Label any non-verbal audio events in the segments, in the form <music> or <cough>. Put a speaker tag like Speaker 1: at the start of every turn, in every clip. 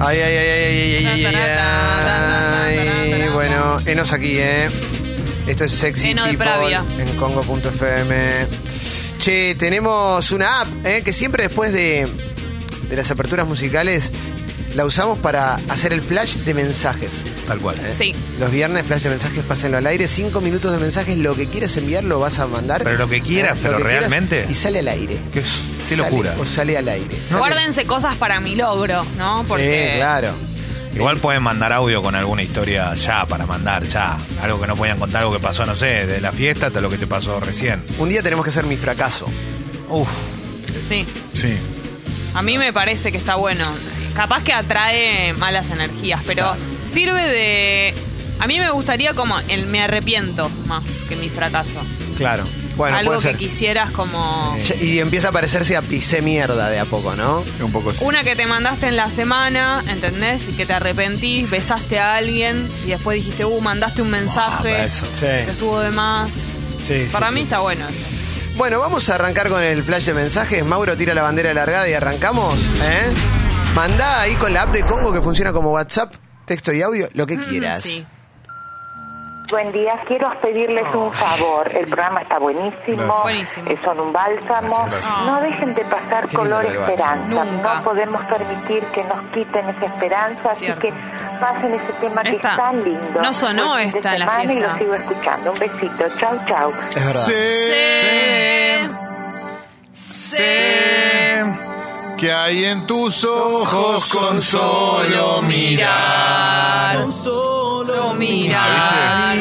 Speaker 1: Ay, ay, ay, ay, ay, ay, ay, ay, ay. Bueno, enos aquí, ¿eh? Esto es Sexy
Speaker 2: Heno de
Speaker 1: People
Speaker 2: Pravia.
Speaker 1: en Congo.fm. Che, tenemos una app ¿eh? que siempre después de, de las aperturas musicales la usamos para hacer el flash de mensajes.
Speaker 3: Tal cual.
Speaker 1: ¿eh?
Speaker 2: Sí.
Speaker 1: Los viernes, flash de mensajes, pásenlo al aire. Cinco minutos de mensajes, lo que quieras enviar lo vas a mandar. eh,
Speaker 3: Pero lo que quieras,
Speaker 1: Lo
Speaker 3: pero
Speaker 1: que quieras,
Speaker 3: realmente.
Speaker 1: Y sale al aire.
Speaker 3: Qué, qué
Speaker 1: Sale
Speaker 3: locura.
Speaker 1: O sale al aire. Sale-
Speaker 2: Guárdense cosas para mi logro, ¿no? Porque
Speaker 1: Sí, claro.
Speaker 3: Igual pueden mandar audio con alguna historia ya para mandar, ya. Algo que no podían contar, algo que pasó, no sé, de la fiesta hasta lo que te pasó recién.
Speaker 1: Un día tenemos que hacer mi fracaso.
Speaker 3: Uf,
Speaker 2: sí,
Speaker 4: Sí.
Speaker 2: a mí me parece que está bueno. Capaz que atrae malas energías, pero sirve de... A mí me gustaría como el me arrepiento más que mi fracaso.
Speaker 1: Claro. Bueno,
Speaker 2: Algo
Speaker 1: puede
Speaker 2: que
Speaker 1: ser.
Speaker 2: quisieras como...
Speaker 1: Ya- Y empieza a parecerse a pisé mierda de a poco, ¿no?
Speaker 4: Un poco sí.
Speaker 2: Una que te mandaste en la semana, ¿entendés? Y que te arrepentís, besaste a alguien y después dijiste, uh, mandaste un mensaje.
Speaker 3: Ah, eso.
Speaker 1: Sí.
Speaker 2: que estuvo de más.
Speaker 1: Sí,
Speaker 2: Para
Speaker 1: sí,
Speaker 2: mí
Speaker 1: sí.
Speaker 2: está bueno eso.
Speaker 1: Bueno, vamos a arrancar con el flash de mensajes. Mauro tira la bandera largada y arrancamos. ¿eh? Mandá ahí con la app de Congo que funciona como WhatsApp, texto y audio, lo que quieras.
Speaker 2: Mm, Sí.
Speaker 5: Buen día, quiero pedirles
Speaker 1: Ah.
Speaker 5: un favor. El programa está buenísimo,
Speaker 4: Gracias.
Speaker 2: Buenísimo.
Speaker 5: eh, son un bálsamo.
Speaker 3: Gracias, gracias.
Speaker 5: No dejen de pasar
Speaker 1: Qué
Speaker 5: color
Speaker 1: lindo que lo
Speaker 5: esperanza.
Speaker 2: Nunca.
Speaker 5: No podemos permitir que nos quiten esa esperanza,
Speaker 2: Cierto.
Speaker 5: así que pasen ese tema que
Speaker 2: Esta
Speaker 5: es tan lindo.
Speaker 2: no sonó
Speaker 5: Buen fin de
Speaker 2: esta en la
Speaker 5: semana Y
Speaker 2: fiesta.
Speaker 5: lo sigo escuchando. Un besito. Chau, chau.
Speaker 1: Es verdad.
Speaker 4: Que hay en tus ojos con solo mirar.
Speaker 2: mirar. Solo mirar.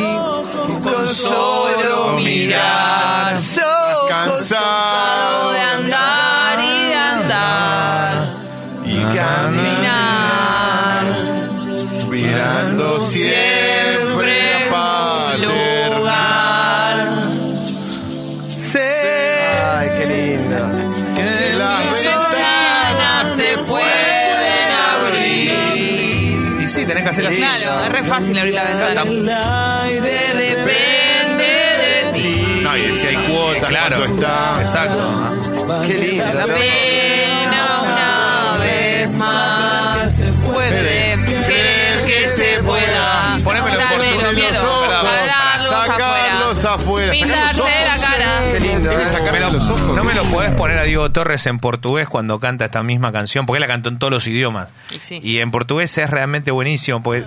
Speaker 2: Con solo mirar.
Speaker 4: Cansado
Speaker 2: De andar y de andar.
Speaker 4: y caminar. Mirando siempre aparte.
Speaker 2: Lugar.
Speaker 1: Ay, qué lindo.
Speaker 4: Que las
Speaker 2: Ventanas se pueden abrir.
Speaker 3: Y sí, tenés que hacer así.
Speaker 2: Claro, es re fácil abrir la ventana. Depende de ti.
Speaker 4: No, y si hay cuotas,
Speaker 3: Claro,
Speaker 4: cuánto está.
Speaker 3: exacto.
Speaker 1: Qué lindo. ¿no?
Speaker 2: Pena una vez más. Puede querer que se pueda.
Speaker 3: Ponémelo
Speaker 2: Tal
Speaker 3: por
Speaker 2: vez
Speaker 3: favor.
Speaker 2: los miedos,
Speaker 4: Los ojos.
Speaker 2: jalarlos
Speaker 4: Sacarlos
Speaker 2: afuera.
Speaker 4: afuera. sacar los
Speaker 2: Pintarse
Speaker 4: ojos.
Speaker 2: la cara.
Speaker 1: Qué lindo.
Speaker 4: Tiene que
Speaker 1: ¿eh?
Speaker 4: sacarse los ojos.
Speaker 3: No me lo podés poner a Diego Torres en portugués cuando canta esta misma canción, porque él la cantó en todos los idiomas.
Speaker 2: Y sí.
Speaker 3: en portugués es realmente buenísimo, porque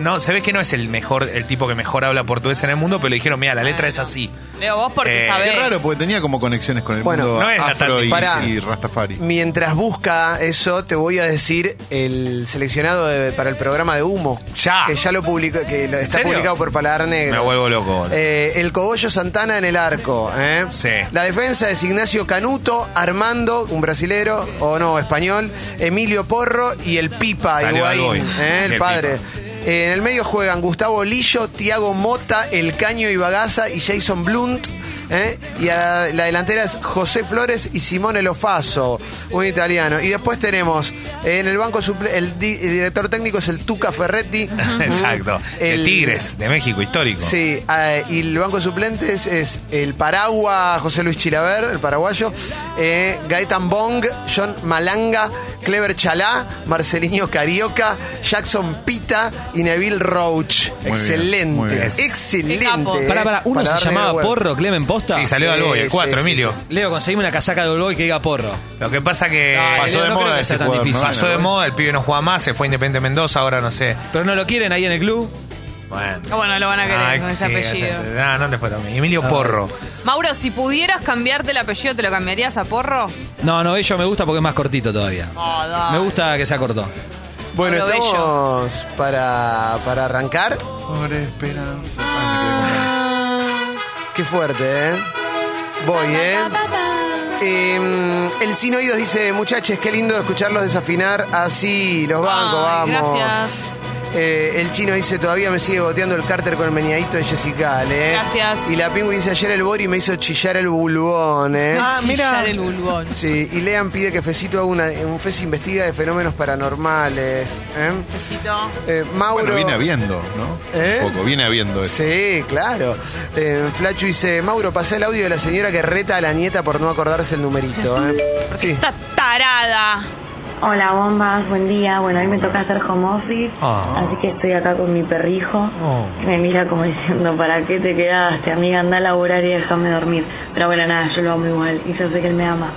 Speaker 3: no, se ve que no es el mejor, el tipo que mejor habla portugués en el mundo, pero le dijeron, mira, la letra es así.
Speaker 2: Leo, vos porque
Speaker 3: Eh,
Speaker 2: sabés.
Speaker 4: Qué raro, porque tenía como conexiones con el
Speaker 1: Bueno,
Speaker 4: mundo
Speaker 3: no es la
Speaker 4: afro
Speaker 3: tan-
Speaker 4: y,
Speaker 1: Pará. Eh,
Speaker 4: y Rastafari.
Speaker 1: Mientras busca eso, te voy a decir el seleccionado de- para el programa de Humo.
Speaker 3: Ya.
Speaker 1: Que ya lo publicó, que lo- está
Speaker 3: serio?
Speaker 1: publicado por Paladar Negro.
Speaker 3: Me vuelvo loco.
Speaker 1: Eh, el Cogollo Santana en el arco. ¿eh?
Speaker 3: Sí.
Speaker 1: La defensa es Ignacio Canuto, Armando, un brasilero, o no, español, Emilio Porro y el Pipa,
Speaker 3: Salió
Speaker 1: Higuaín,
Speaker 3: algo hoy.
Speaker 1: ¿eh? el,
Speaker 3: El
Speaker 1: padre.
Speaker 3: Pipa.
Speaker 1: Eh, en el medio juegan Gustavo Lillo, Tiago Mota, El Caño y Bagaza y Jason Blunt. ¿eh? Y a- la delantera es José Flores y Simone Lofaso, un italiano. Y después tenemos eh, en el banco suple- el, di- el director técnico es el Tuca Ferretti.
Speaker 3: <laughs> Exacto.
Speaker 1: El-
Speaker 3: de Tigres, de México, histórico.
Speaker 1: Sí, eh, y el banco de suplentes es el Paragua José Luis Chilaver, el paraguayo, eh, Gaetan Bong, John Malanga, Clever Chalá, Marcelinho Carioca, Jackson Pita y Neville Roach.
Speaker 4: bien,
Speaker 1: excelente,
Speaker 4: muy bien.
Speaker 1: excelente.
Speaker 2: Qué capo.
Speaker 1: eh,
Speaker 6: Pará, pará, uno
Speaker 1: para
Speaker 6: se
Speaker 1: darle
Speaker 6: llamaba
Speaker 1: el huevo.
Speaker 6: Porro, Clemen Posta.
Speaker 3: Sí, salió
Speaker 1: Sí,
Speaker 3: algo hoy, el
Speaker 1: sí,
Speaker 3: 4,
Speaker 1: sí,
Speaker 3: Olboy. Emilio.
Speaker 6: Leo, conseguime una casaca de Olboy que diga Porro.
Speaker 3: Lo que pasa que
Speaker 6: Ay,
Speaker 3: pasó,
Speaker 4: Pasó
Speaker 6: no,
Speaker 4: de
Speaker 6: no creo
Speaker 4: moda
Speaker 6: que
Speaker 4: ese
Speaker 6: sea tan
Speaker 4: cuadro,
Speaker 6: difícil.
Speaker 4: ¿no?
Speaker 3: pasó de moda, el pibe no juega más, se fue a Independiente Mendoza, ahora no sé.
Speaker 6: Pero no lo quieren ahí en el club.
Speaker 3: Bueno.
Speaker 2: Ah, Bueno, lo van a querer
Speaker 3: Ay,
Speaker 2: con ese
Speaker 3: sí,
Speaker 2: apellido.
Speaker 3: sí, sí. Ah, No, no te fue también. Emilio Porro.
Speaker 2: Mauro, si pudieras cambiarte el apellido, ¿te lo cambiarías a Porro?
Speaker 6: No, no, ello me gusta porque es más cortito todavía.
Speaker 2: Oh, dale.
Speaker 6: Me gusta que sea corto.
Speaker 1: Bueno,
Speaker 2: Pablo Bello.
Speaker 1: estamos para, para arrancar.
Speaker 4: Por esperanza.
Speaker 1: Ah,
Speaker 4: Ay,
Speaker 1: Qué fuerte, ¿eh? Voy, ¿eh? Eh, el Sin Oídos dice, muchachos, qué lindo escucharlos desafinar así, los bancos,
Speaker 2: Ay,
Speaker 1: vamos.
Speaker 2: Gracias.
Speaker 1: Eh, el chino dice, todavía me sigue goteando el cárter con el meñadito de Jessica, ¿eh?
Speaker 2: Gracias.
Speaker 1: Y la pingüe dice, ayer el Bori me hizo chillar el bulbón, ¿eh?
Speaker 2: Ah, mira. el bulbón.
Speaker 1: Sí, y Lean pide que Fecito haga una, un Fez investiga de fenómenos paranormales, ¿eh?
Speaker 2: Besito.
Speaker 1: Eh,
Speaker 4: me quedé con-
Speaker 1: Mauro...
Speaker 4: Bueno, viene habiendo, ¿no?
Speaker 1: ¿Eh?
Speaker 4: Un poco, viene habiendo eso.
Speaker 1: Sí, claro. Eh, Flacho dice, Mauro, pasé el audio de la señora que reta a la nieta por no acordarse el numerito. ¿eh?". Sí.
Speaker 2: Esta tarada.
Speaker 7: Hola bombas, buen día. Bueno, hoy me toca hacer home office,
Speaker 3: Ah.
Speaker 7: así que estoy acá con mi perrijo,
Speaker 3: Oh.
Speaker 7: que me mira como diciendo, ¿para qué te quedaste? Amiga, anda a laburar y déjame dormir. Pero bueno, nada, yo lo amo igual y yo sé que él me ama.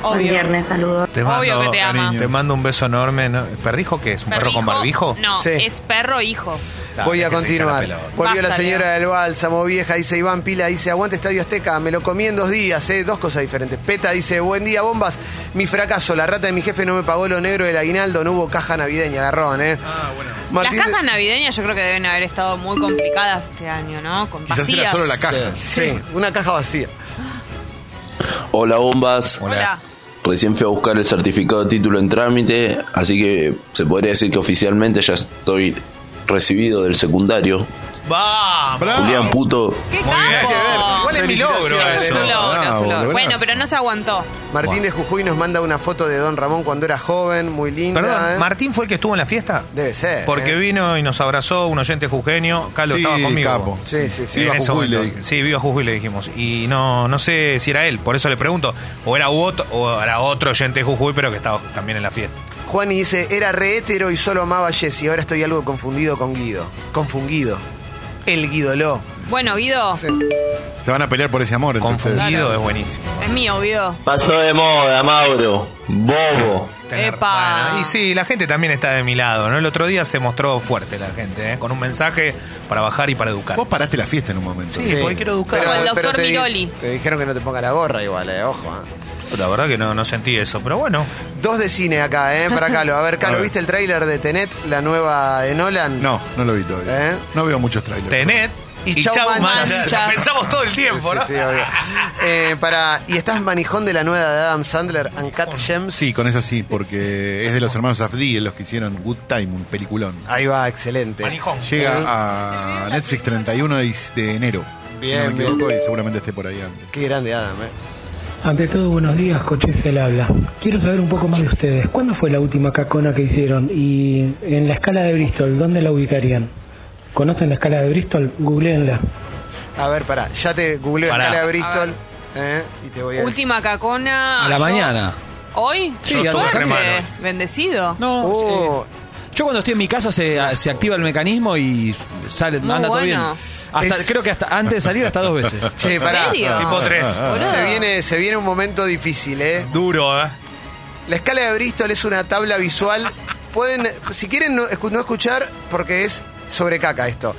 Speaker 7: Buen
Speaker 2: Obvio.
Speaker 7: viernes, saludos.
Speaker 3: Te
Speaker 2: Obvio que te ama.
Speaker 3: Te mando un beso enorme. ¿no? ¿Perrijo qué es? ¿Un perro con barbijo?
Speaker 2: No,
Speaker 1: Sí.
Speaker 2: es perro hijo.
Speaker 3: Ah,
Speaker 1: Voy a
Speaker 3: es que se hincha la
Speaker 1: continuar.
Speaker 3: pelota.
Speaker 1: Volvió la
Speaker 2: Basta,
Speaker 1: señora
Speaker 2: Leo.
Speaker 1: del bálsamo vieja, dice Iván Pila, dice aguante Estadio Azteca, me lo comí en dos días, eh, dos cosas diferentes. Peta dice, buen día, bombas, mi fracaso, la rata de mi jefe no me pagó lo negro del aguinaldo, no hubo caja navideña, garrón, eh. Ah, bueno.
Speaker 2: Las cajas navideñas yo creo que deben haber estado muy complicadas este año, ¿no? Con
Speaker 4: Quizás era
Speaker 2: vacías.
Speaker 4: solo la caja.
Speaker 1: Sí, una caja vacía.
Speaker 8: Hola bombas,
Speaker 2: Hola.
Speaker 8: recién fui a buscar el certificado de título en trámite, así que se podría decir que oficialmente ya estoy recibido del secundario.
Speaker 4: ¡Va!
Speaker 9: Ah.
Speaker 4: ¡Bravo!
Speaker 8: Julián Puto,
Speaker 2: ¡Qué
Speaker 4: bien.
Speaker 2: capo!
Speaker 4: Hay que ver.
Speaker 3: ¿Cuál es mi logro?
Speaker 4: Felicitaciones.
Speaker 2: Es
Speaker 3: eso?
Speaker 2: un logro,
Speaker 4: Bravo,
Speaker 2: es un logro.
Speaker 4: lograzo.
Speaker 2: Bueno, pero no se aguantó.
Speaker 1: Martín de Jujuy nos manda una foto de Don Ramón cuando era joven, muy linda.
Speaker 3: Perdón,
Speaker 1: eh.
Speaker 3: ¿Martín fue el que estuvo en la fiesta?
Speaker 1: Debe ser,
Speaker 3: Porque
Speaker 1: eh.
Speaker 3: vino y nos abrazó un oyente jujeño. Calo
Speaker 4: Sí,
Speaker 3: estaba conmigo.
Speaker 4: capo.
Speaker 1: Sí, sí, sí.
Speaker 4: Viva
Speaker 3: En ese
Speaker 4: Jujuy, le
Speaker 3: momento.
Speaker 4: dije.
Speaker 3: Sí, viva Jujuy le dijimos. Y no, no sé si era él, por eso le pregunto. O era, otro, o era otro oyente de Jujuy, pero que estaba también en la fiesta.
Speaker 1: Juan dice, era re hétero y solo amaba a Jessy, ahora estoy algo confundido con Guido. Confundido. El Guidoló.
Speaker 2: Bueno, Guido,
Speaker 1: Sí.
Speaker 4: Se van a pelear por ese amor. entre ustedes.
Speaker 3: Confundido es buenísimo.
Speaker 2: es mío, Guido.
Speaker 10: Pasó de moda, Mauro. Bobo.
Speaker 3: Tener-
Speaker 2: Epa.
Speaker 3: Bueno, y sí, la gente también está de mi lado, ¿no? El otro día se mostró fuerte la gente, ¿eh? Con un mensaje para bajar y para educar.
Speaker 4: Vos paraste la fiesta en un momento.
Speaker 3: Sí, porque quiero educar.
Speaker 2: Como el doctor
Speaker 1: te, di-
Speaker 2: Miroli.
Speaker 1: te dijeron que no te ponga la gorra igual, eh, ojo. eh.
Speaker 3: La verdad que no, no sentí eso, pero bueno.
Speaker 1: Dos de cine acá, eh, para Calo.
Speaker 3: <laughs>
Speaker 1: A ver, Calo,
Speaker 4: A ver.
Speaker 1: ¿viste el tráiler de Tenet, la nueva de Nolan?
Speaker 4: No, no lo vi todavía.
Speaker 1: ¿Eh?
Speaker 4: No veo muchos trailers.
Speaker 3: Tenet
Speaker 1: Y
Speaker 3: y,
Speaker 1: chau,
Speaker 3: Chau
Speaker 1: manchas.
Speaker 3: Manchas.
Speaker 2: Manchas.
Speaker 3: Lo pensamos todo el
Speaker 1: Sí,
Speaker 3: tiempo,
Speaker 1: sí,
Speaker 3: ¿no?
Speaker 1: sí, obvio. Eh, para, ¿Y estás manijón de la nueva de Adam Sandler, Uncut Gems?
Speaker 4: Sí, con esa sí, porque es de los hermanos Afdi, los que hicieron Good Time, un peliculón.
Speaker 1: Ahí va, excelente.
Speaker 3: Manijón.
Speaker 4: Llega a Netflix 31 de de enero.
Speaker 1: Bien,
Speaker 4: si no me
Speaker 1: bien.
Speaker 4: equivoco, y seguramente esté por ahí antes.
Speaker 1: Qué grande Adam, eh.
Speaker 11: Ante todo, buenos días, Coches el habla. Quiero saber un poco más de ustedes. ¿Cuándo fue la última cacona que hicieron? Y en la escala de Bristol, ¿dónde la ubicarían? ¿Conocen la escala de Bristol? Googleenla.
Speaker 1: A ver, pará, ya te googleo
Speaker 3: Pará.
Speaker 1: escala de Bristol. eh, y te voy a decir.
Speaker 2: Última cacona.
Speaker 6: A la
Speaker 2: Ah, Yo-
Speaker 6: mañana.
Speaker 2: ¿Hoy?
Speaker 6: Sí,
Speaker 2: Yo
Speaker 6: a la
Speaker 2: suerte.
Speaker 3: semana.
Speaker 2: Bendecido.
Speaker 6: No,
Speaker 1: Oh.
Speaker 6: eh, yo cuando estoy en mi casa se, se activa el mecanismo y sale,
Speaker 2: Muy
Speaker 6: anda todo bien.
Speaker 2: bueno.
Speaker 6: Hasta,
Speaker 1: Es-
Speaker 6: Creo que hasta antes de salir hasta dos
Speaker 12: <laughs>
Speaker 6: veces.
Speaker 1: Che, pará.
Speaker 2: serio?
Speaker 3: Tipo 3.
Speaker 2: Boludo.
Speaker 1: ah. Se viene, se viene un momento difícil, ¿eh?
Speaker 3: Duro, ¿eh?
Speaker 1: La escala de Bristol es una tabla visual. Pueden, si quieren no, escu- no escuchar, porque es sobre caca esto.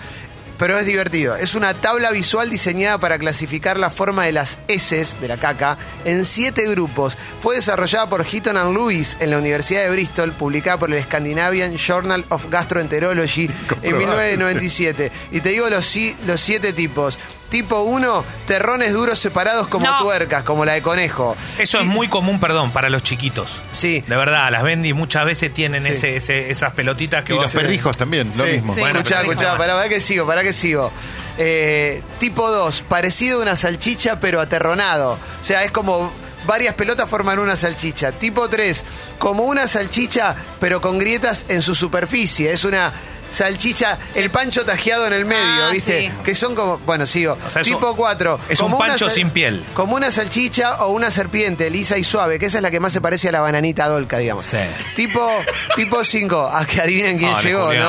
Speaker 1: Pero es divertido. Es una tabla visual diseñada para clasificar la forma de las heces de la caca en siete grupos. Fue desarrollada por Heaton and Lewis en la Universidad de Bristol, publicada por el Scandinavian Journal of Gastroenterology en 1997. Y te digo los, si- los siete tipos. Tipo 1, terrones duros separados como
Speaker 2: No.
Speaker 1: tuercas, como la de conejo.
Speaker 3: Eso es muy común, perdón, para los chiquitos.
Speaker 1: Sí.
Speaker 3: De verdad, las Bendy muchas veces tienen
Speaker 1: Sí.
Speaker 3: ese, ese- esas pelotitas que
Speaker 4: y
Speaker 3: vos-
Speaker 4: los perrijos también, lo
Speaker 1: Sí.
Speaker 4: mismo.
Speaker 2: Sí.
Speaker 3: Bueno,
Speaker 1: escuchá,
Speaker 3: pero-
Speaker 1: escuchá, pará, pará que sigo, pará que sigo. Eh, tipo 2, parecido a una salchicha pero aterronado. O sea, es como varias pelotas forman una salchicha. Tipo 3, como una salchicha pero con grietas en su superficie. Es una salchicha, el pancho tajeado en el medio,
Speaker 2: Ah,
Speaker 1: ¿viste?
Speaker 2: sí.
Speaker 1: Que son como, bueno, sigo.
Speaker 3: O sea, es
Speaker 1: tipo
Speaker 3: un-
Speaker 1: 4,
Speaker 3: es un pancho sin piel.
Speaker 1: Como una salchicha o una serpiente lisa y suave, que esa es la que más se parece a la bananita dolca, digamos.
Speaker 3: Sí.
Speaker 1: Tipo tipo 5, a que adivinen quién
Speaker 3: Dale,
Speaker 1: llegó,
Speaker 3: Julián.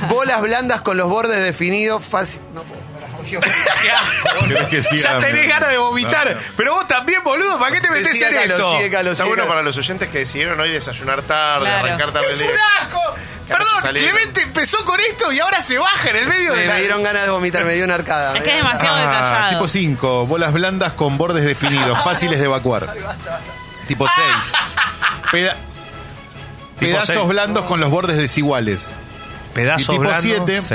Speaker 1: ¿no? Bolas blandas con los bordes definidos, fácil. No puedo,
Speaker 3: <laughs>
Speaker 1: pará,
Speaker 3: Qué asco, boludo.
Speaker 4: Querés que siga,
Speaker 3: ya tenés
Speaker 4: amigo.
Speaker 3: ganas de vomitar.
Speaker 4: Claro.
Speaker 3: Pero vos también, boludo, ¿para qué te metés
Speaker 1: Sigue
Speaker 3: en
Speaker 1: Calo,
Speaker 3: esto?
Speaker 1: sigue Calo,
Speaker 9: Está
Speaker 1: sigue
Speaker 9: bueno
Speaker 1: Calo.
Speaker 9: para los oyentes que decidieron hoy desayunar tarde,
Speaker 2: Claro.
Speaker 9: arrancar tarde. el
Speaker 3: ¡Es
Speaker 9: día.
Speaker 3: un asco!
Speaker 9: Que no se
Speaker 3: Perdón,
Speaker 9: sale,
Speaker 3: Clemente empezó con esto y ahora se baja en el medio de
Speaker 1: Me,
Speaker 3: la...
Speaker 1: me dieron ganas de vomitar, me dio una arcada.
Speaker 2: Es que es demasiado
Speaker 4: Ah,
Speaker 2: detallado.
Speaker 4: tipo 5, bolas blandas con bordes definidos,
Speaker 1: <laughs>
Speaker 4: fáciles de evacuar. Tipo
Speaker 1: Ah.
Speaker 4: 6,
Speaker 3: Tipo
Speaker 4: pedazos
Speaker 3: seis.
Speaker 4: blandos con los bordes desiguales. Y
Speaker 3: Pedazos
Speaker 4: tipo
Speaker 3: blandos.
Speaker 4: 7,
Speaker 3: Sí.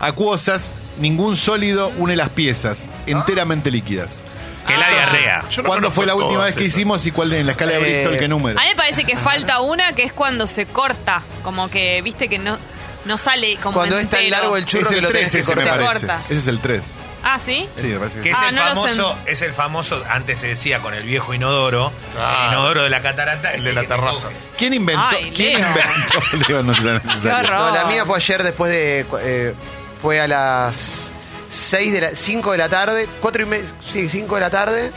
Speaker 4: acuosas, ningún sólido une las piezas, enteramente líquidas.
Speaker 3: Que
Speaker 2: Ah.
Speaker 3: la diarrea.
Speaker 9: Yo no
Speaker 4: ¿Cuándo
Speaker 9: conozco
Speaker 4: fue la última
Speaker 9: todas
Speaker 4: vez que
Speaker 9: esas.
Speaker 4: hicimos y cuál de- en la escala de Bristol
Speaker 1: Eh,
Speaker 4: qué número?
Speaker 2: A mí me parece que falta una que es cuando se corta, como que viste que no, no sale como
Speaker 1: Cuando es tan
Speaker 2: entero.
Speaker 1: largo el churro
Speaker 4: es
Speaker 1: que
Speaker 4: el
Speaker 1: lo
Speaker 4: 3
Speaker 1: tenés que
Speaker 4: ese me
Speaker 2: Se
Speaker 1: cortar.
Speaker 4: parece.
Speaker 2: corta.
Speaker 4: Ese es el 3.
Speaker 2: Ah, sí.
Speaker 4: Sí, me parece
Speaker 3: Que
Speaker 4: que
Speaker 3: es
Speaker 4: sí.
Speaker 2: Ah,
Speaker 3: el
Speaker 2: no lo
Speaker 3: famoso, es el famoso, antes se decía con el viejo inodoro,
Speaker 9: Ah.
Speaker 3: el inodoro de la catarata,
Speaker 9: El
Speaker 3: ese
Speaker 9: de la
Speaker 3: que te
Speaker 9: terraza.
Speaker 3: coge.
Speaker 4: ¿Quién inventó?
Speaker 2: Ay,
Speaker 4: ¿Quién
Speaker 2: Leo.
Speaker 4: inventó? Leo, no será necesario.
Speaker 2: Qué horror.
Speaker 1: No, la mía fue ayer después de. eh, fue a las 6 de la. 5 de la tarde. 4 y media. Sí, 5 de la tarde.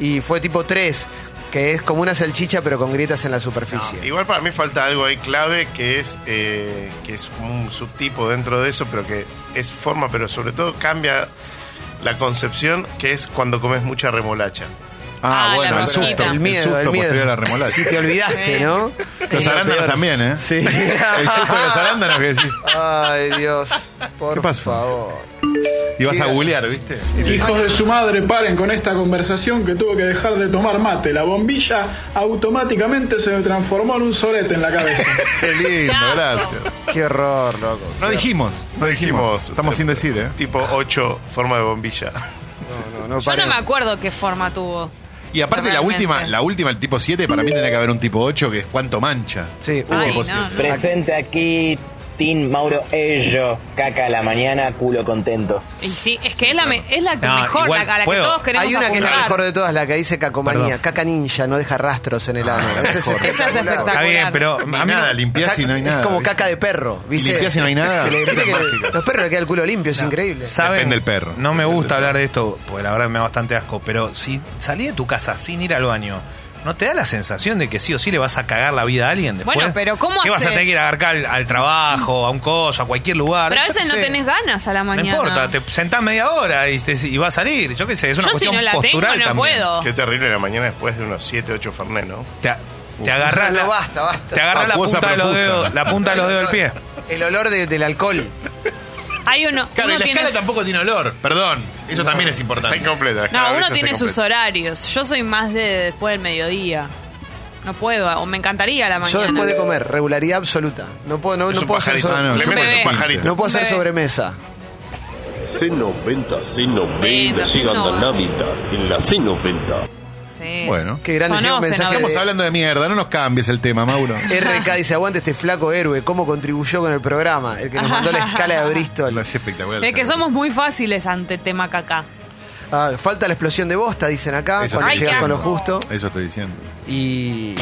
Speaker 1: Y fue tipo 3. que es como una salchicha pero con grietas en la superficie.
Speaker 9: Igual para mí falta algo ahí clave que es eh, que es un subtipo dentro de eso, pero que es forma, pero sobre todo cambia la concepción que es cuando comes mucha remolacha.
Speaker 4: Ah, Ah, bueno, la el susto, rosquita. el
Speaker 1: miedo, el miedo.
Speaker 4: posterior a la remolacha.
Speaker 1: Si te olvidaste, ¿no?
Speaker 4: Los
Speaker 1: Sí.
Speaker 4: arándanos
Speaker 1: Peor.
Speaker 4: también, ¿eh?
Speaker 1: Sí.
Speaker 4: El susto de los arándanos que decís.
Speaker 1: Ay, Dios. Por favor.
Speaker 4: Y vas a googlear, ¿viste?
Speaker 13: Hijos de su madre, paren con esta conversación que tuvo que dejar de tomar mate. La bombilla automáticamente se me transformó en un sorete en la cabeza.
Speaker 4: Qué lindo, gracias.
Speaker 1: Qué horror, loco.
Speaker 4: No dijimos, no dijimos.
Speaker 9: Dijimos,
Speaker 4: Estamos sin decir, ¿eh?
Speaker 9: Tipo 8, forma de bombilla.
Speaker 1: No,
Speaker 2: Yo no me acuerdo qué forma tuvo.
Speaker 4: Y aparte la
Speaker 2: Realmente.
Speaker 4: última, la última, el tipo 7, para mí tiene que haber un tipo 8 que es cuánto mancha.
Speaker 1: Sí,
Speaker 2: Ay,
Speaker 4: tipo
Speaker 2: no,
Speaker 14: <laughs>
Speaker 4: siete.
Speaker 14: Presente aquí Tim Mauro Ello, caca a la mañana, culo contento.
Speaker 2: Y sí, es que es la, me- es la
Speaker 1: No,
Speaker 2: mejor,
Speaker 1: igual
Speaker 2: la, a la que
Speaker 1: puedo.
Speaker 2: todos queremos
Speaker 1: Hay una que es la
Speaker 2: apuntar.
Speaker 1: mejor de todas, la que dice cacomanía. Caca ninja, no deja rastros en el ano. Esa es
Speaker 4: Ah, Mejor.
Speaker 2: Esa es
Speaker 1: espectacular.
Speaker 2: espectacular.
Speaker 3: Está bien, pero a mí
Speaker 4: Nada,
Speaker 3: no-
Speaker 4: limpiás y no hay nada.
Speaker 1: Es como caca de perro. ¿viste?
Speaker 4: Limpiás y no hay nada.
Speaker 1: Que le- viste que
Speaker 4: Mágico.
Speaker 1: los perros le queda el culo limpio, es increíble.
Speaker 3: ¿Saben?
Speaker 4: Depende del perro.
Speaker 3: No me gusta hablar de esto, porque la verdad me da bastante asco, pero si salí de tu casa sin ir al baño, ¿no te da la sensación de que sí o sí le vas a cagar la vida a alguien después?
Speaker 2: Bueno, pero ¿cómo
Speaker 3: ¿Qué vas a
Speaker 2: haces?
Speaker 3: tener que ir a agarcar al, al trabajo, a un coso, a cualquier lugar?
Speaker 2: Pero a
Speaker 3: Yo
Speaker 2: veces
Speaker 3: qué
Speaker 2: no
Speaker 3: sé.
Speaker 2: tenés ganas a la
Speaker 3: No
Speaker 2: mañana.
Speaker 3: importa, te sentás media hora y, te- y va a salir. Yo qué sé, es una
Speaker 2: Yo si
Speaker 3: cuestión
Speaker 2: no la tengo,
Speaker 3: postural
Speaker 2: no
Speaker 3: también.
Speaker 2: puedo.
Speaker 9: Qué terrible la mañana después de unos 7, 8 Fernet, ¿no?
Speaker 3: Te, te agarrás
Speaker 1: No,
Speaker 3: la,
Speaker 1: basta, basta.
Speaker 3: te agarrás la
Speaker 9: Acuosa
Speaker 3: punta de los
Speaker 9: profusa.
Speaker 3: dedos, la punta
Speaker 4: <laughs>
Speaker 3: de los dedos del pie.
Speaker 1: El olor de- del alcohol.
Speaker 2: Hay uno,
Speaker 4: Claro,
Speaker 2: uno
Speaker 4: y la
Speaker 2: tiene,
Speaker 4: escala tampoco tiene olor, perdón. Eso también es importante.
Speaker 9: Está incompleta. la
Speaker 2: no,
Speaker 9: escala
Speaker 2: uno
Speaker 9: de
Speaker 2: tiene
Speaker 9: brillo
Speaker 2: sus
Speaker 9: está
Speaker 2: horarios. Yo soy más de después del mediodía. No puedo, o me encantaría a la mañana.
Speaker 1: Yo después de comer, regularidad absoluta. No puedo, no,
Speaker 9: Es
Speaker 1: no
Speaker 9: un
Speaker 1: puedo hacer
Speaker 9: pajarito.
Speaker 1: sobre-
Speaker 9: Ah, no,
Speaker 1: no
Speaker 9: Le metes
Speaker 1: puedo-
Speaker 9: un pajarito.
Speaker 1: No puedo hacer
Speaker 2: Bebé.
Speaker 1: sobremesa.
Speaker 10: C90, C90, sigan la Navidad en la C90.
Speaker 2: Sí.
Speaker 4: Bueno.
Speaker 1: Qué grande
Speaker 2: Sonó,
Speaker 1: llegó un mensaje.
Speaker 2: senador.
Speaker 4: Estamos hablando de mierda, no nos cambies el tema, Mauro.
Speaker 1: <laughs> RK dice, aguante este flaco héroe, cómo contribuyó con el programa, el que nos mandó la escala de Bristol.
Speaker 4: Es espectacular.
Speaker 2: Es que somos muy fáciles ante tema caca.
Speaker 1: Ah, falta la explosión de bosta, dicen acá,
Speaker 4: Eso
Speaker 1: cuando
Speaker 4: te
Speaker 1: llegas
Speaker 4: digo.
Speaker 1: con lo justo.
Speaker 4: Eso estoy diciendo.
Speaker 1: Y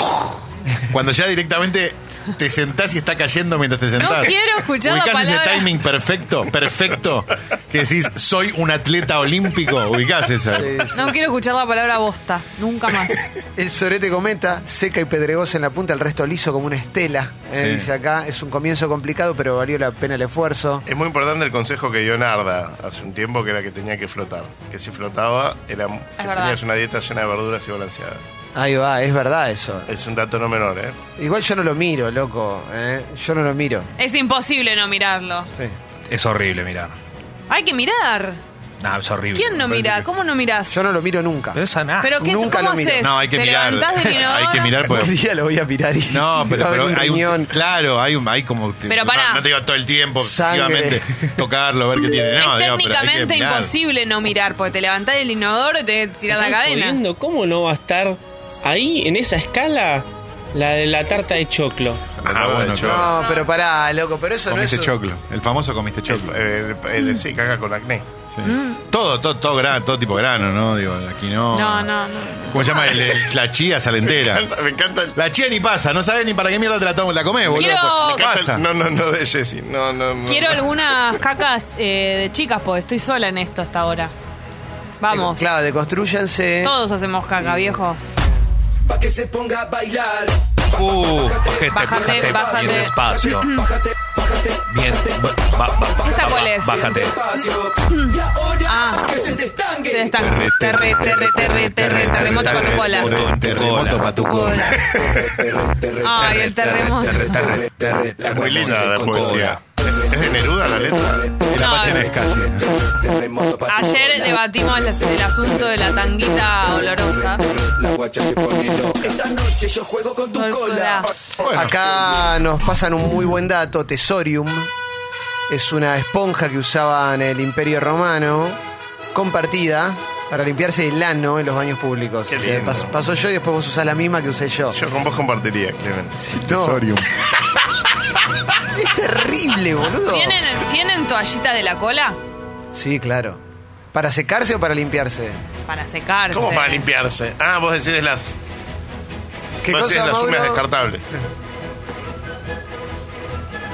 Speaker 4: Cuando ya directamente te sentás y está cayendo mientras te sentás.
Speaker 2: quiero escuchar la
Speaker 4: Ubicás
Speaker 2: palabra.
Speaker 4: ese timing perfecto, perfecto, que decís, soy un atleta olímpico. Ubicás esa.
Speaker 1: Sí,
Speaker 2: No quiero escuchar la palabra bosta, nunca más.
Speaker 1: el sorete cometa, seca y pedregosa en la punta, el resto liso como una estela, eh,
Speaker 4: Sí.
Speaker 1: dice acá. Es un comienzo complicado, pero valió la pena el esfuerzo.
Speaker 9: Es muy importante el consejo que dio Narda hace un tiempo, que era que tenía que flotar. Que si flotaba, era que
Speaker 2: verdad.
Speaker 9: tenías una dieta llena de verduras y balanceada.
Speaker 1: Ahí va, es verdad eso.
Speaker 9: Es un dato no menor, ¿eh?
Speaker 1: Igual yo no lo miro, loco. eh, Yo no lo miro.
Speaker 2: Es imposible no mirarlo.
Speaker 1: Sí.
Speaker 3: Es horrible mirar.
Speaker 2: Hay que mirar.
Speaker 3: No, es horrible.
Speaker 2: ¿Quién no mira? ¿Cómo no mirás?
Speaker 1: Yo no lo miro nunca.
Speaker 3: Pero esa nada.
Speaker 2: ¿Pero qué,
Speaker 1: nunca
Speaker 2: cómo
Speaker 1: lo miro.
Speaker 2: haces?
Speaker 4: No, hay que
Speaker 2: ¿Te
Speaker 4: mirar.
Speaker 2: levantás del
Speaker 4: <laughs> hay que
Speaker 2: inodoro?
Speaker 4: mirar
Speaker 1: Un <laughs>
Speaker 4: porque.
Speaker 1: día lo voy a mirar y
Speaker 4: No, pero,
Speaker 1: <laughs> va a haber
Speaker 4: pero
Speaker 1: un
Speaker 4: hay
Speaker 1: riñón.
Speaker 4: un, claro, hay, un- hay como que-
Speaker 2: Pero
Speaker 4: no,
Speaker 2: pará.
Speaker 4: No, te digo todo el tiempo,
Speaker 1: Sangre.
Speaker 4: excesivamente tocarlo, ver qué tiene. No,
Speaker 2: es
Speaker 4: digo, pero hay que
Speaker 2: técnicamente
Speaker 4: mirar.
Speaker 2: imposible no mirar, porque te levantás del inodoro y te tirás la
Speaker 15: ¿Están
Speaker 2: cadena.
Speaker 15: jodiendo? ¿Cómo no va a estar ahí, en esa escala, la de la tarta de choclo?
Speaker 4: Ah, bueno, claro.
Speaker 1: No, pero pará, loco, pero eso no es.
Speaker 4: Comiste
Speaker 1: un-
Speaker 4: choclo, el famoso comiste choclo.
Speaker 9: El- el- sí, caga con acné.
Speaker 4: Sí. Todo, todo, todo grano, todo tipo de grano, ¿no? Digo, la quinoa.
Speaker 2: No, no, no.
Speaker 4: ¿Cómo se llama? El, el- la chía
Speaker 9: Me
Speaker 4: salentera.
Speaker 9: encanta, me encanta el...
Speaker 4: La chía ni pasa, no sabes ni para qué mierda te la, tomo- la comés, boludo.
Speaker 2: Quiero-
Speaker 4: ¿Qué pasa?
Speaker 9: No, no, no, de Jessy. No, no, no.
Speaker 2: Quiero algunas cacas eh, de chicas, porque estoy sola en esto hasta ahora. Vamos.
Speaker 1: Claro, eh. deconstruyanse.
Speaker 2: Todos hacemos caca, viejo.
Speaker 12: Pa' que se ponga a bailar.
Speaker 3: Uh, bájate,
Speaker 2: Bájate,
Speaker 3: bájate,
Speaker 2: bájate.
Speaker 3: Bien despacio. Bien, ba- ba- ba-
Speaker 2: ¿Esta cuál es?
Speaker 3: Bájate.
Speaker 2: Ah, se destanque. Terre, terre, terre, terre, terremoto con tu cola.
Speaker 4: Terremoto, Terremoto pa' tu cola.
Speaker 2: Ay, el terremoto.
Speaker 9: Es muy linda la poesía. ¿Es de Neruda la letra?
Speaker 4: Era pachenesca, sí.
Speaker 2: Ayer debatimos el, el asunto de la tanguita olorosa.
Speaker 12: Esta noche yo juego con tu cola.
Speaker 4: Bueno,
Speaker 9: Ah,
Speaker 1: Acá nos pasan un muy buen dato, Tesorium. Es una esponja que usaban el Imperio Romano, compartida, para limpiarse el ano en los baños públicos.
Speaker 9: Qué
Speaker 1: O sea,
Speaker 9: lindo.
Speaker 1: pas- pasó yo y después vos usás la misma que usé yo.
Speaker 9: Yo con vos compartiría, Clemen.
Speaker 1: No,
Speaker 4: Tesorium.
Speaker 1: es terrible, boludo.
Speaker 2: ¿Tienen, ¿Tienen toallita de la cola?
Speaker 1: Sí, claro. ¿Para secarse o para limpiarse?
Speaker 2: Para secarse.
Speaker 9: ¿Cómo para limpiarse? Ah, vos decides las... Vos decís las uñas
Speaker 1: Mauro?
Speaker 9: descartables.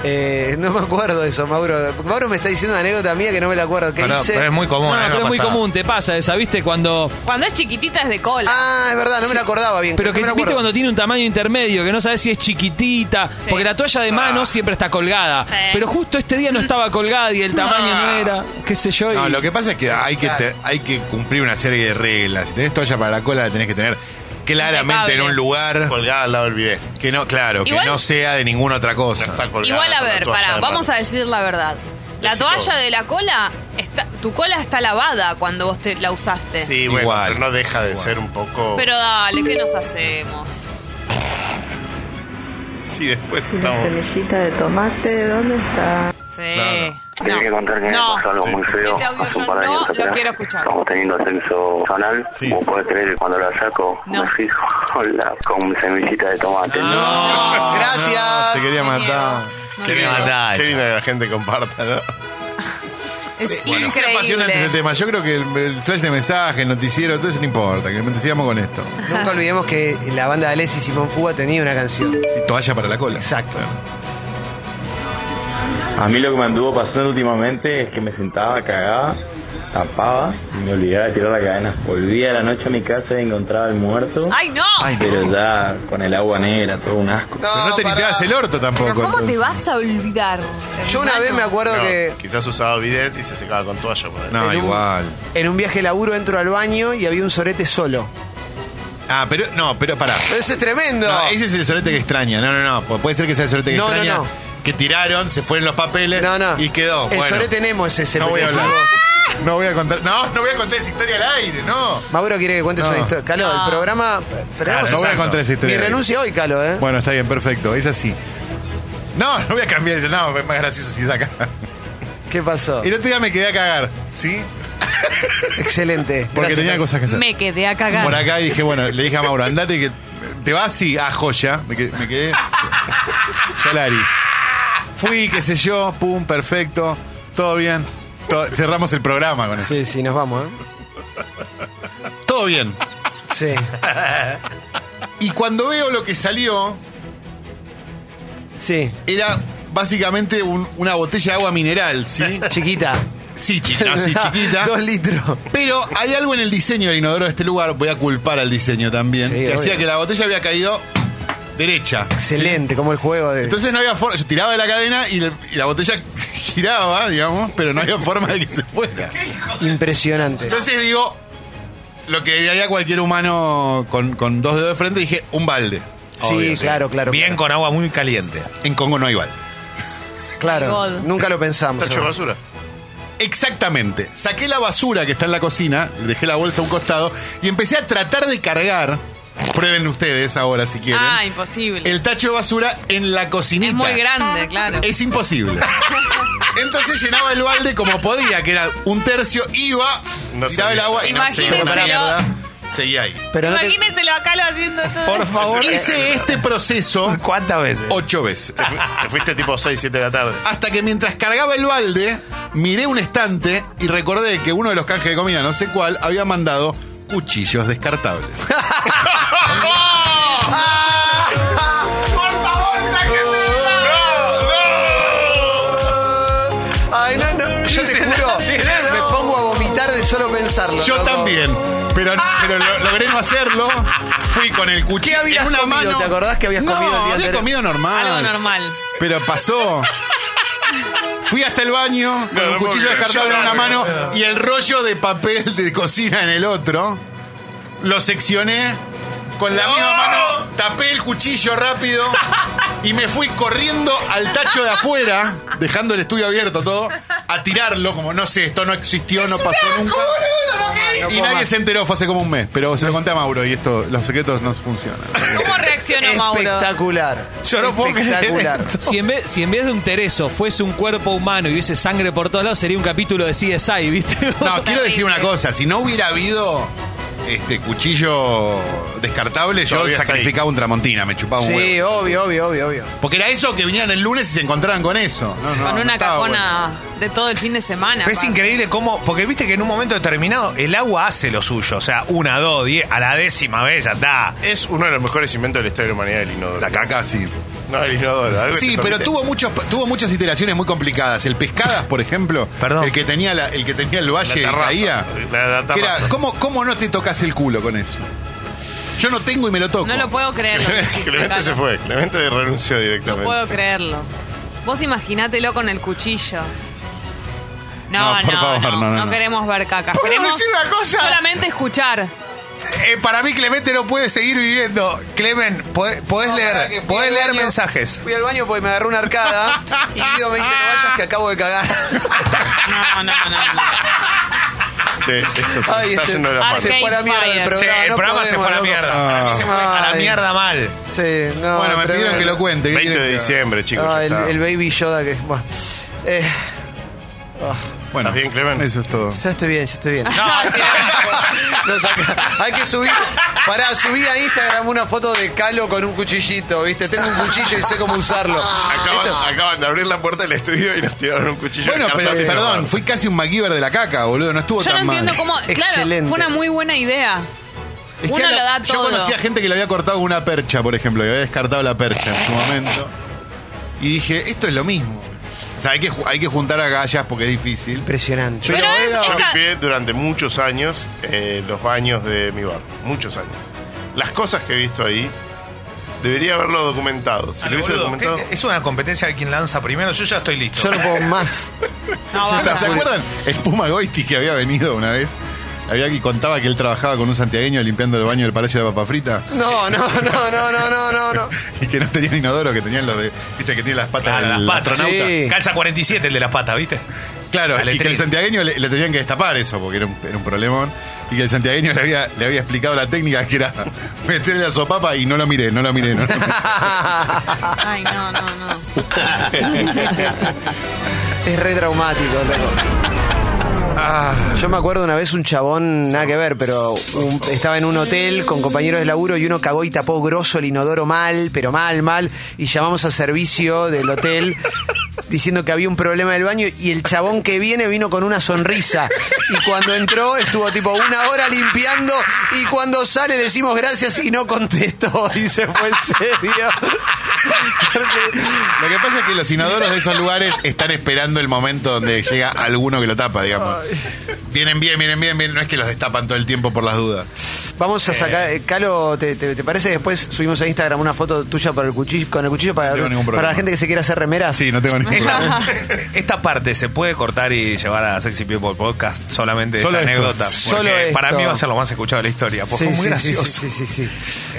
Speaker 1: Eh, no me acuerdo eso, Mauro. Mauro me está diciendo una anécdota mía que no me la acuerdo. ¿Qué
Speaker 3: Pará,
Speaker 1: hice?
Speaker 3: pero es muy común,
Speaker 6: No,
Speaker 3: eh, me ha
Speaker 6: pero es muy
Speaker 3: pasado.
Speaker 6: común, te pasa esa, ¿viste? Cuando.
Speaker 2: Cuando es chiquitita es de cola.
Speaker 1: Ah, es verdad, no me la acordaba bien.
Speaker 6: Pero que
Speaker 1: no me la
Speaker 6: viste
Speaker 1: acuerdo.
Speaker 6: cuando tiene un tamaño intermedio, que no sabes si es chiquitita, porque la toalla
Speaker 4: Ah.
Speaker 6: de mano siempre está colgada.
Speaker 2: Sí.
Speaker 6: Pero justo este día no estaba colgada y el tamaño no era, qué
Speaker 2: <laughs>
Speaker 6: sé yo. y-
Speaker 4: No, lo que pasa es que hay que, te- hay que cumplir una serie de reglas. Si tenés toalla para la cola, la tenés que tener claramente en
Speaker 2: Impecable.
Speaker 4: un lugar. Colgada al lado del bidet. Que no, claro,
Speaker 2: Igual-
Speaker 4: que no sea de ninguna otra cosa.
Speaker 2: Igual, a ver, pará, vamos a decir la verdad. La
Speaker 4: Decí
Speaker 2: toalla
Speaker 4: todo.
Speaker 2: de la cola, está, tu cola está lavada cuando vos te la usaste.
Speaker 9: Sí, bueno, pero no deja de ser un poco.
Speaker 2: Pero dale, ¿qué nos hacemos?
Speaker 9: Sí, después
Speaker 7: La
Speaker 9: estamos.
Speaker 7: semillita de tomate, ¿dónde está?
Speaker 2: Sí.
Speaker 16: Tenía que contar que me
Speaker 2: No.
Speaker 16: pasó algo muy feo
Speaker 2: Este audio
Speaker 16: hace un
Speaker 2: yo
Speaker 16: par de
Speaker 2: no
Speaker 16: años
Speaker 2: lo
Speaker 16: atrás.
Speaker 2: quiero escuchar.
Speaker 16: Estamos teniendo sexo anal. Vos podés creer que cuando la saco, me fijo la- <laughs> con semillita de tomate.
Speaker 1: Ah,
Speaker 4: Ah, Gracias. Se quería matar.
Speaker 3: Se quería matar.
Speaker 4: Qué lindo que la gente comparta, ¿no?
Speaker 2: Es
Speaker 4: Bueno, es apasionante
Speaker 2: increíble.
Speaker 4: este tema. Yo creo que el, el flash de mensaje, el noticiero, todo eso no importa. Que sigamos con esto.
Speaker 1: Nunca olvidemos que la banda de Alessi Simón Fuga tenía una canción.
Speaker 4: Toalla para la cola.
Speaker 1: Exacto.
Speaker 10: A mí lo que me anduvo pasando últimamente es que me sentaba cagada, tapaba y me olvidaba de tirar la cadena. Volvía a la noche a mi casa y encontraba el muerto.
Speaker 2: ¡Ay, no!
Speaker 10: Pero ya con el agua negra, todo un asco.
Speaker 4: Pero no te limpiabas el orto tampoco.
Speaker 2: ¿Cómo te
Speaker 4: entonces.
Speaker 2: vas a olvidar?
Speaker 1: Yo una
Speaker 2: hermano?
Speaker 1: vez me acuerdo
Speaker 9: No,
Speaker 1: que
Speaker 9: Quizás usaba bidet y se secaba con toalla. por ahí.
Speaker 4: No, igual.
Speaker 1: en un viaje de laburo entro al baño y había un sorete solo.
Speaker 4: Ah, pero no, pero pará.
Speaker 1: Pero eso es tremendo.
Speaker 4: No, ese es el sorete que extraña. No, no, no. Pu- Puede ser que sea el sorete que
Speaker 1: No, no,
Speaker 4: extraña.
Speaker 1: no.
Speaker 4: Que tiraron, se fueron los papeles y quedó.
Speaker 1: El
Speaker 4: Bueno,
Speaker 1: sorete Nemo es ese.
Speaker 4: No voy a
Speaker 1: ese
Speaker 4: hablar.
Speaker 1: vos.
Speaker 4: No voy a contar. No, no voy a contar esa historia al aire, no.
Speaker 1: Mauro quiere que cuentes
Speaker 4: No.
Speaker 1: una historia. Calo, el programa. eh, frenamos
Speaker 4: no voy a
Speaker 1: exacto.
Speaker 4: contar esa historia.
Speaker 1: Mi renuncia hoy, Calo, ¿eh?
Speaker 4: Bueno, está bien, perfecto. Es así. No, no voy a cambiar eso. No, es más gracioso si es acá. <laughs>
Speaker 1: ¿Qué pasó?
Speaker 4: El otro día me quedé a cagar, ¿sí?
Speaker 1: Excelente.
Speaker 4: <laughs> Porque
Speaker 1: Gracias.
Speaker 4: tenía cosas que hacer.
Speaker 2: Me quedé a cagar.
Speaker 4: Por acá y dije, bueno, le dije a Mauro, andate que te vas y a joya. Me quedé. Me quedé ya la harí. Fui, qué sé yo, pum, perfecto. Todo bien. To- cerramos el programa con eso.
Speaker 1: Sí, sí, nos vamos, ¿eh?
Speaker 4: Todo bien.
Speaker 1: Sí.
Speaker 4: Y cuando veo lo que salió,
Speaker 1: Sí.
Speaker 4: era básicamente un- una botella de agua mineral, ¿sí?
Speaker 1: Chiquita.
Speaker 4: Sí, chiquita,
Speaker 1: <laughs>
Speaker 4: sí, chiquita.
Speaker 1: Dos litros.
Speaker 4: Pero hay algo en el diseño del inodoro de este lugar, voy a culpar al diseño también,
Speaker 1: Sí,
Speaker 4: que
Speaker 1: obvio.
Speaker 4: hacía que la botella había caído derecha.
Speaker 1: Excelente, como el juego de.
Speaker 4: Entonces no había forma, yo tiraba de la cadena y, le- y la botella <laughs> giraba, digamos, pero no había forma de que se fuera.
Speaker 1: Impresionante.
Speaker 4: Entonces digo, lo que haría cualquier humano con, con dos dedos de frente, dije, un balde.
Speaker 1: Sí, claro, claro.
Speaker 3: Bien con agua muy caliente.
Speaker 4: En Congo no hay balde.
Speaker 1: Claro, nunca lo pensamos.
Speaker 9: Tacho de basura.
Speaker 4: Exactamente. Saqué la basura que está en la cocina, dejé la bolsa a un costado y empecé a tratar de cargar. Prueben ustedes ahora si quieren.
Speaker 2: Ah, imposible.
Speaker 4: El tacho de basura en la cocinita.
Speaker 2: es muy grande, claro.
Speaker 4: Es imposible. Entonces llenaba el balde como podía, que era un tercio, iba, tiraba el agua y no se iba
Speaker 2: Imagínenselo.
Speaker 4: Seguía ahí.
Speaker 1: Pero no te...
Speaker 2: Imagínenselo acá lo haciendo todo.
Speaker 4: Hice este proceso
Speaker 3: ¿Cuántas veces?
Speaker 4: ocho veces.
Speaker 9: Te, fu- te fuiste tipo 6, 7 de la tarde.
Speaker 4: Hasta que mientras cargaba el balde, miré un estante y recordé que uno de los canjes de comida, no sé cuál, había mandado cuchillos
Speaker 9: <laughs>
Speaker 4: descartables. <laughs>
Speaker 12: ¡Por favor, sáquenme!
Speaker 1: Ay, no, no. Yo te juro, me pongo a vomitar de solo pensarlo.
Speaker 4: Yo
Speaker 1: loco.
Speaker 4: también, pero, pero lo- logré no hacerlo. Fui con el cuchillo
Speaker 1: ¿Qué habías
Speaker 4: en una
Speaker 1: comido?
Speaker 4: mano.
Speaker 1: ¿Te acordás que habías
Speaker 4: No,
Speaker 1: comido el día
Speaker 4: había
Speaker 1: anterior?
Speaker 4: comido normal.
Speaker 2: Algo normal.
Speaker 4: Pero pasó. Fui hasta el baño con
Speaker 9: No,
Speaker 4: un
Speaker 9: no puedo
Speaker 4: cuchillo
Speaker 9: creer.
Speaker 4: descartable en una mano
Speaker 9: Llorando, boludo.
Speaker 4: y el rollo de papel de cocina en el otro. Lo seccioné con la misma mano, tapé el cuchillo rápido y me fui corriendo al tacho de afuera, dejando el estudio abierto todo, a tirarlo como no sé, esto no existió, no pasó nunca.
Speaker 1: No
Speaker 4: Y
Speaker 1: puedo
Speaker 4: nadie
Speaker 1: más.
Speaker 4: se enteró, fue hace como un mes, pero se lo conté a Mauro y esto, los secretos no funcionan.
Speaker 2: ¿Cómo reaccionó Mauro?
Speaker 1: Espectacular.
Speaker 3: Yo no puedo creer
Speaker 1: Espectacular.
Speaker 3: esto.
Speaker 6: Si en, vez, si en vez de un tereso fuese un cuerpo humano y hubiese sangre por todos lados, sería un capítulo de CSI, ¿viste? <laughs>
Speaker 4: No, quiero decir una cosa, si no hubiera habido este cuchillo descartable, yo
Speaker 9: Todavía está
Speaker 4: sacrificaba un tramontina, me chupaba un
Speaker 1: Sí,
Speaker 4: huevo.
Speaker 1: obvio, obvio, obvio, obvio.
Speaker 4: Porque era eso que venían el lunes y se encontraran con eso. No, no,
Speaker 2: Con
Speaker 4: no
Speaker 2: una
Speaker 4: estaba
Speaker 2: cajona de todo el fin de semana.
Speaker 3: Pero es
Speaker 2: aparte.
Speaker 3: increíble cómo, porque viste que en un momento determinado el agua hace lo suyo, o sea, una, dos, diez, a la décima vez ya está.
Speaker 9: Es uno de los mejores inventos de la historia de la humanidad del inodoro.
Speaker 4: bueno. La caca sí.
Speaker 9: No, el inodoro. algo que
Speaker 4: Sí,
Speaker 9: te
Speaker 4: pero
Speaker 9: permite.
Speaker 4: tuvo muchos tuvo muchas iteraciones muy complicadas. El pescadas, por ejemplo, el que tenía la- el que tenía el valle y
Speaker 9: La terraza,
Speaker 4: caía.
Speaker 9: la- la
Speaker 4: que era,
Speaker 9: terraza.
Speaker 4: ¿cómo, cómo no te tocas el culo con eso? Yo no tengo y me lo toco.
Speaker 2: No lo puedo creer. lo que hiciste,
Speaker 9: Clemente se
Speaker 2: Cata.
Speaker 9: fue, Clemente renunció
Speaker 2: No
Speaker 9: directamente.
Speaker 2: puedo creerlo. Vos imaginátelo con el cuchillo.
Speaker 9: No,
Speaker 2: No, no,
Speaker 9: por favor,
Speaker 2: no,
Speaker 9: no, no,
Speaker 2: no
Speaker 9: no.
Speaker 2: queremos ver caca.
Speaker 4: ¿Puedo
Speaker 2: queremos
Speaker 4: decir una cosa?
Speaker 2: Solamente escuchar.
Speaker 4: Eh, para mí Clemente no puede seguir viviendo. Clemen, podés, podés
Speaker 1: No, pará, que
Speaker 4: leer,
Speaker 1: fui
Speaker 4: podés
Speaker 1: al
Speaker 4: leer
Speaker 1: baño.
Speaker 4: mensajes.
Speaker 1: Fui al baño porque me agarró una arcada y Guido me dice no vayas que acabo de <laughs> cagar.
Speaker 2: No, no, no.
Speaker 1: <laughs>
Speaker 9: Che, esto se
Speaker 1: Ay,
Speaker 9: está
Speaker 1: este-
Speaker 9: yendo de la mano.
Speaker 1: se fue a la mierda el programa.
Speaker 9: Che, el
Speaker 1: no
Speaker 9: programa se
Speaker 1: podemos,
Speaker 9: fue a la
Speaker 1: loco.
Speaker 9: mierda. Para mí se fue a la
Speaker 1: Ay.
Speaker 9: mierda mal.
Speaker 1: Sí, no,
Speaker 4: Bueno, me pidieron que lo cuente. ¿qué
Speaker 9: 20
Speaker 4: quieren
Speaker 9: de
Speaker 4: que haga?
Speaker 9: diciembre, chicos.
Speaker 1: Ah,
Speaker 9: ya
Speaker 1: el,
Speaker 9: está.
Speaker 1: el baby Yoda que. Bueno, Eh, ah,
Speaker 4: Bueno,
Speaker 9: ¿Estás bien, Clemente?
Speaker 4: Eso es todo.
Speaker 1: ya estoy bien, ya estoy bien.
Speaker 9: No,
Speaker 1: Lo saca- Hay que subir. Pará, subí a Instagram una foto de Calo con un cuchillito, ¿viste? Tengo un cuchillo y sé cómo usarlo.
Speaker 9: acaban, acaban de abrir la puerta del estudio y nos tiraron un cuchillo.
Speaker 4: Bueno,
Speaker 9: de
Speaker 4: pero
Speaker 9: calzón y se
Speaker 4: perdón,
Speaker 9: fueron.
Speaker 4: fui casi un MacGyver de la caca, boludo. No estuvo
Speaker 2: Yo no
Speaker 4: tan mal.
Speaker 2: entiendo cómo. Claro, fue una muy buena idea.
Speaker 4: Es que
Speaker 2: Uno
Speaker 4: a
Speaker 2: lo
Speaker 4: la-
Speaker 2: da
Speaker 4: Yo
Speaker 2: todo.
Speaker 4: conocía gente que le había cortado una percha, por ejemplo, que había descartado la percha en su momento. Y dije, esto es lo mismo. O sea, hay que, ju- hay que juntar agallas porque es difícil.
Speaker 1: Impresionante.
Speaker 9: Yo,
Speaker 2: Pero es-
Speaker 9: yo
Speaker 2: es ca-
Speaker 9: limpié durante muchos años eh, los baños de mi bar. Muchos años. Las cosas que he visto ahí, debería haberlo documentado. Si
Speaker 3: Dale,
Speaker 9: lo hubiese
Speaker 3: boludo,
Speaker 9: documentado.
Speaker 3: ¿qué- Es una competencia de quien lanza primero. Yo ya estoy listo.
Speaker 1: Yo no puedo más.
Speaker 2: No,
Speaker 1: Ya está,
Speaker 4: ¿Se
Speaker 1: Juli.
Speaker 4: acuerdan? El Puma Goiti que había venido una vez. Había que contaba que él trabajaba con un santiagueño limpiando el baño del Palacio de la Papa Frita. <laughs>
Speaker 1: No, no, no, no, no, no, no, no.
Speaker 4: Y que no tenían inodoro, que tenían los de. Viste, que tiene las patas
Speaker 3: Claro,
Speaker 4: del
Speaker 3: las patas.
Speaker 4: astronauta.
Speaker 1: Sí.
Speaker 3: Calza 47 el de las patas, ¿viste?
Speaker 4: Claro,
Speaker 3: La
Speaker 4: y que
Speaker 3: letrina.
Speaker 4: el santiagueño le, le tenían que destapar eso, porque era un, era un problemón. Y que el santiagueño le había, le había explicado la técnica que era <laughs> meterle la sopapa y no lo miré, no lo miré. No lo miré.
Speaker 2: Ay, no, no, no.
Speaker 1: Es re traumático, loco. Ah, yo me acuerdo una vez un chabón, nada que ver, pero un- estaba en un hotel con compañeros de laburo y uno cagó y tapó grosso el inodoro mal, pero mal, mal, y llamamos a servicio del hotel diciendo que había un problema del baño y el chabón que viene vino con una sonrisa y cuando entró estuvo tipo una hora limpiando y cuando sale le decimos gracias y no contestó y se fue en serio. <laughs> Porque-
Speaker 4: Lo que pasa es que los inodoros de esos lugares están esperando el momento donde llega alguno que lo tapa, digamos. Vienen bien, vienen bien, bien. No es que los destapan todo el tiempo por las dudas.
Speaker 1: Vamos a sacar, eh, Calo, ¿te, te, te parece? Después subimos a Instagram una foto tuya para el cuchillo, con el cuchillo para,
Speaker 4: No tengo ningún
Speaker 1: para la
Speaker 4: problema.
Speaker 1: gente que se quiera hacer remeras.
Speaker 4: Sí, no tengo <laughs> ningún problema.
Speaker 3: Esta, esta parte se puede cortar y llevar a Sexy People Podcast solamente
Speaker 4: Solo
Speaker 3: esta
Speaker 4: esto.
Speaker 3: anécdota. porque
Speaker 1: Solo
Speaker 3: Para
Speaker 1: esto.
Speaker 3: mí va a ser lo más escuchado de la historia. Pues
Speaker 1: Sí,
Speaker 3: fue muy
Speaker 1: sí, sí,
Speaker 3: gracioso.
Speaker 1: sí, sí, sí, sí.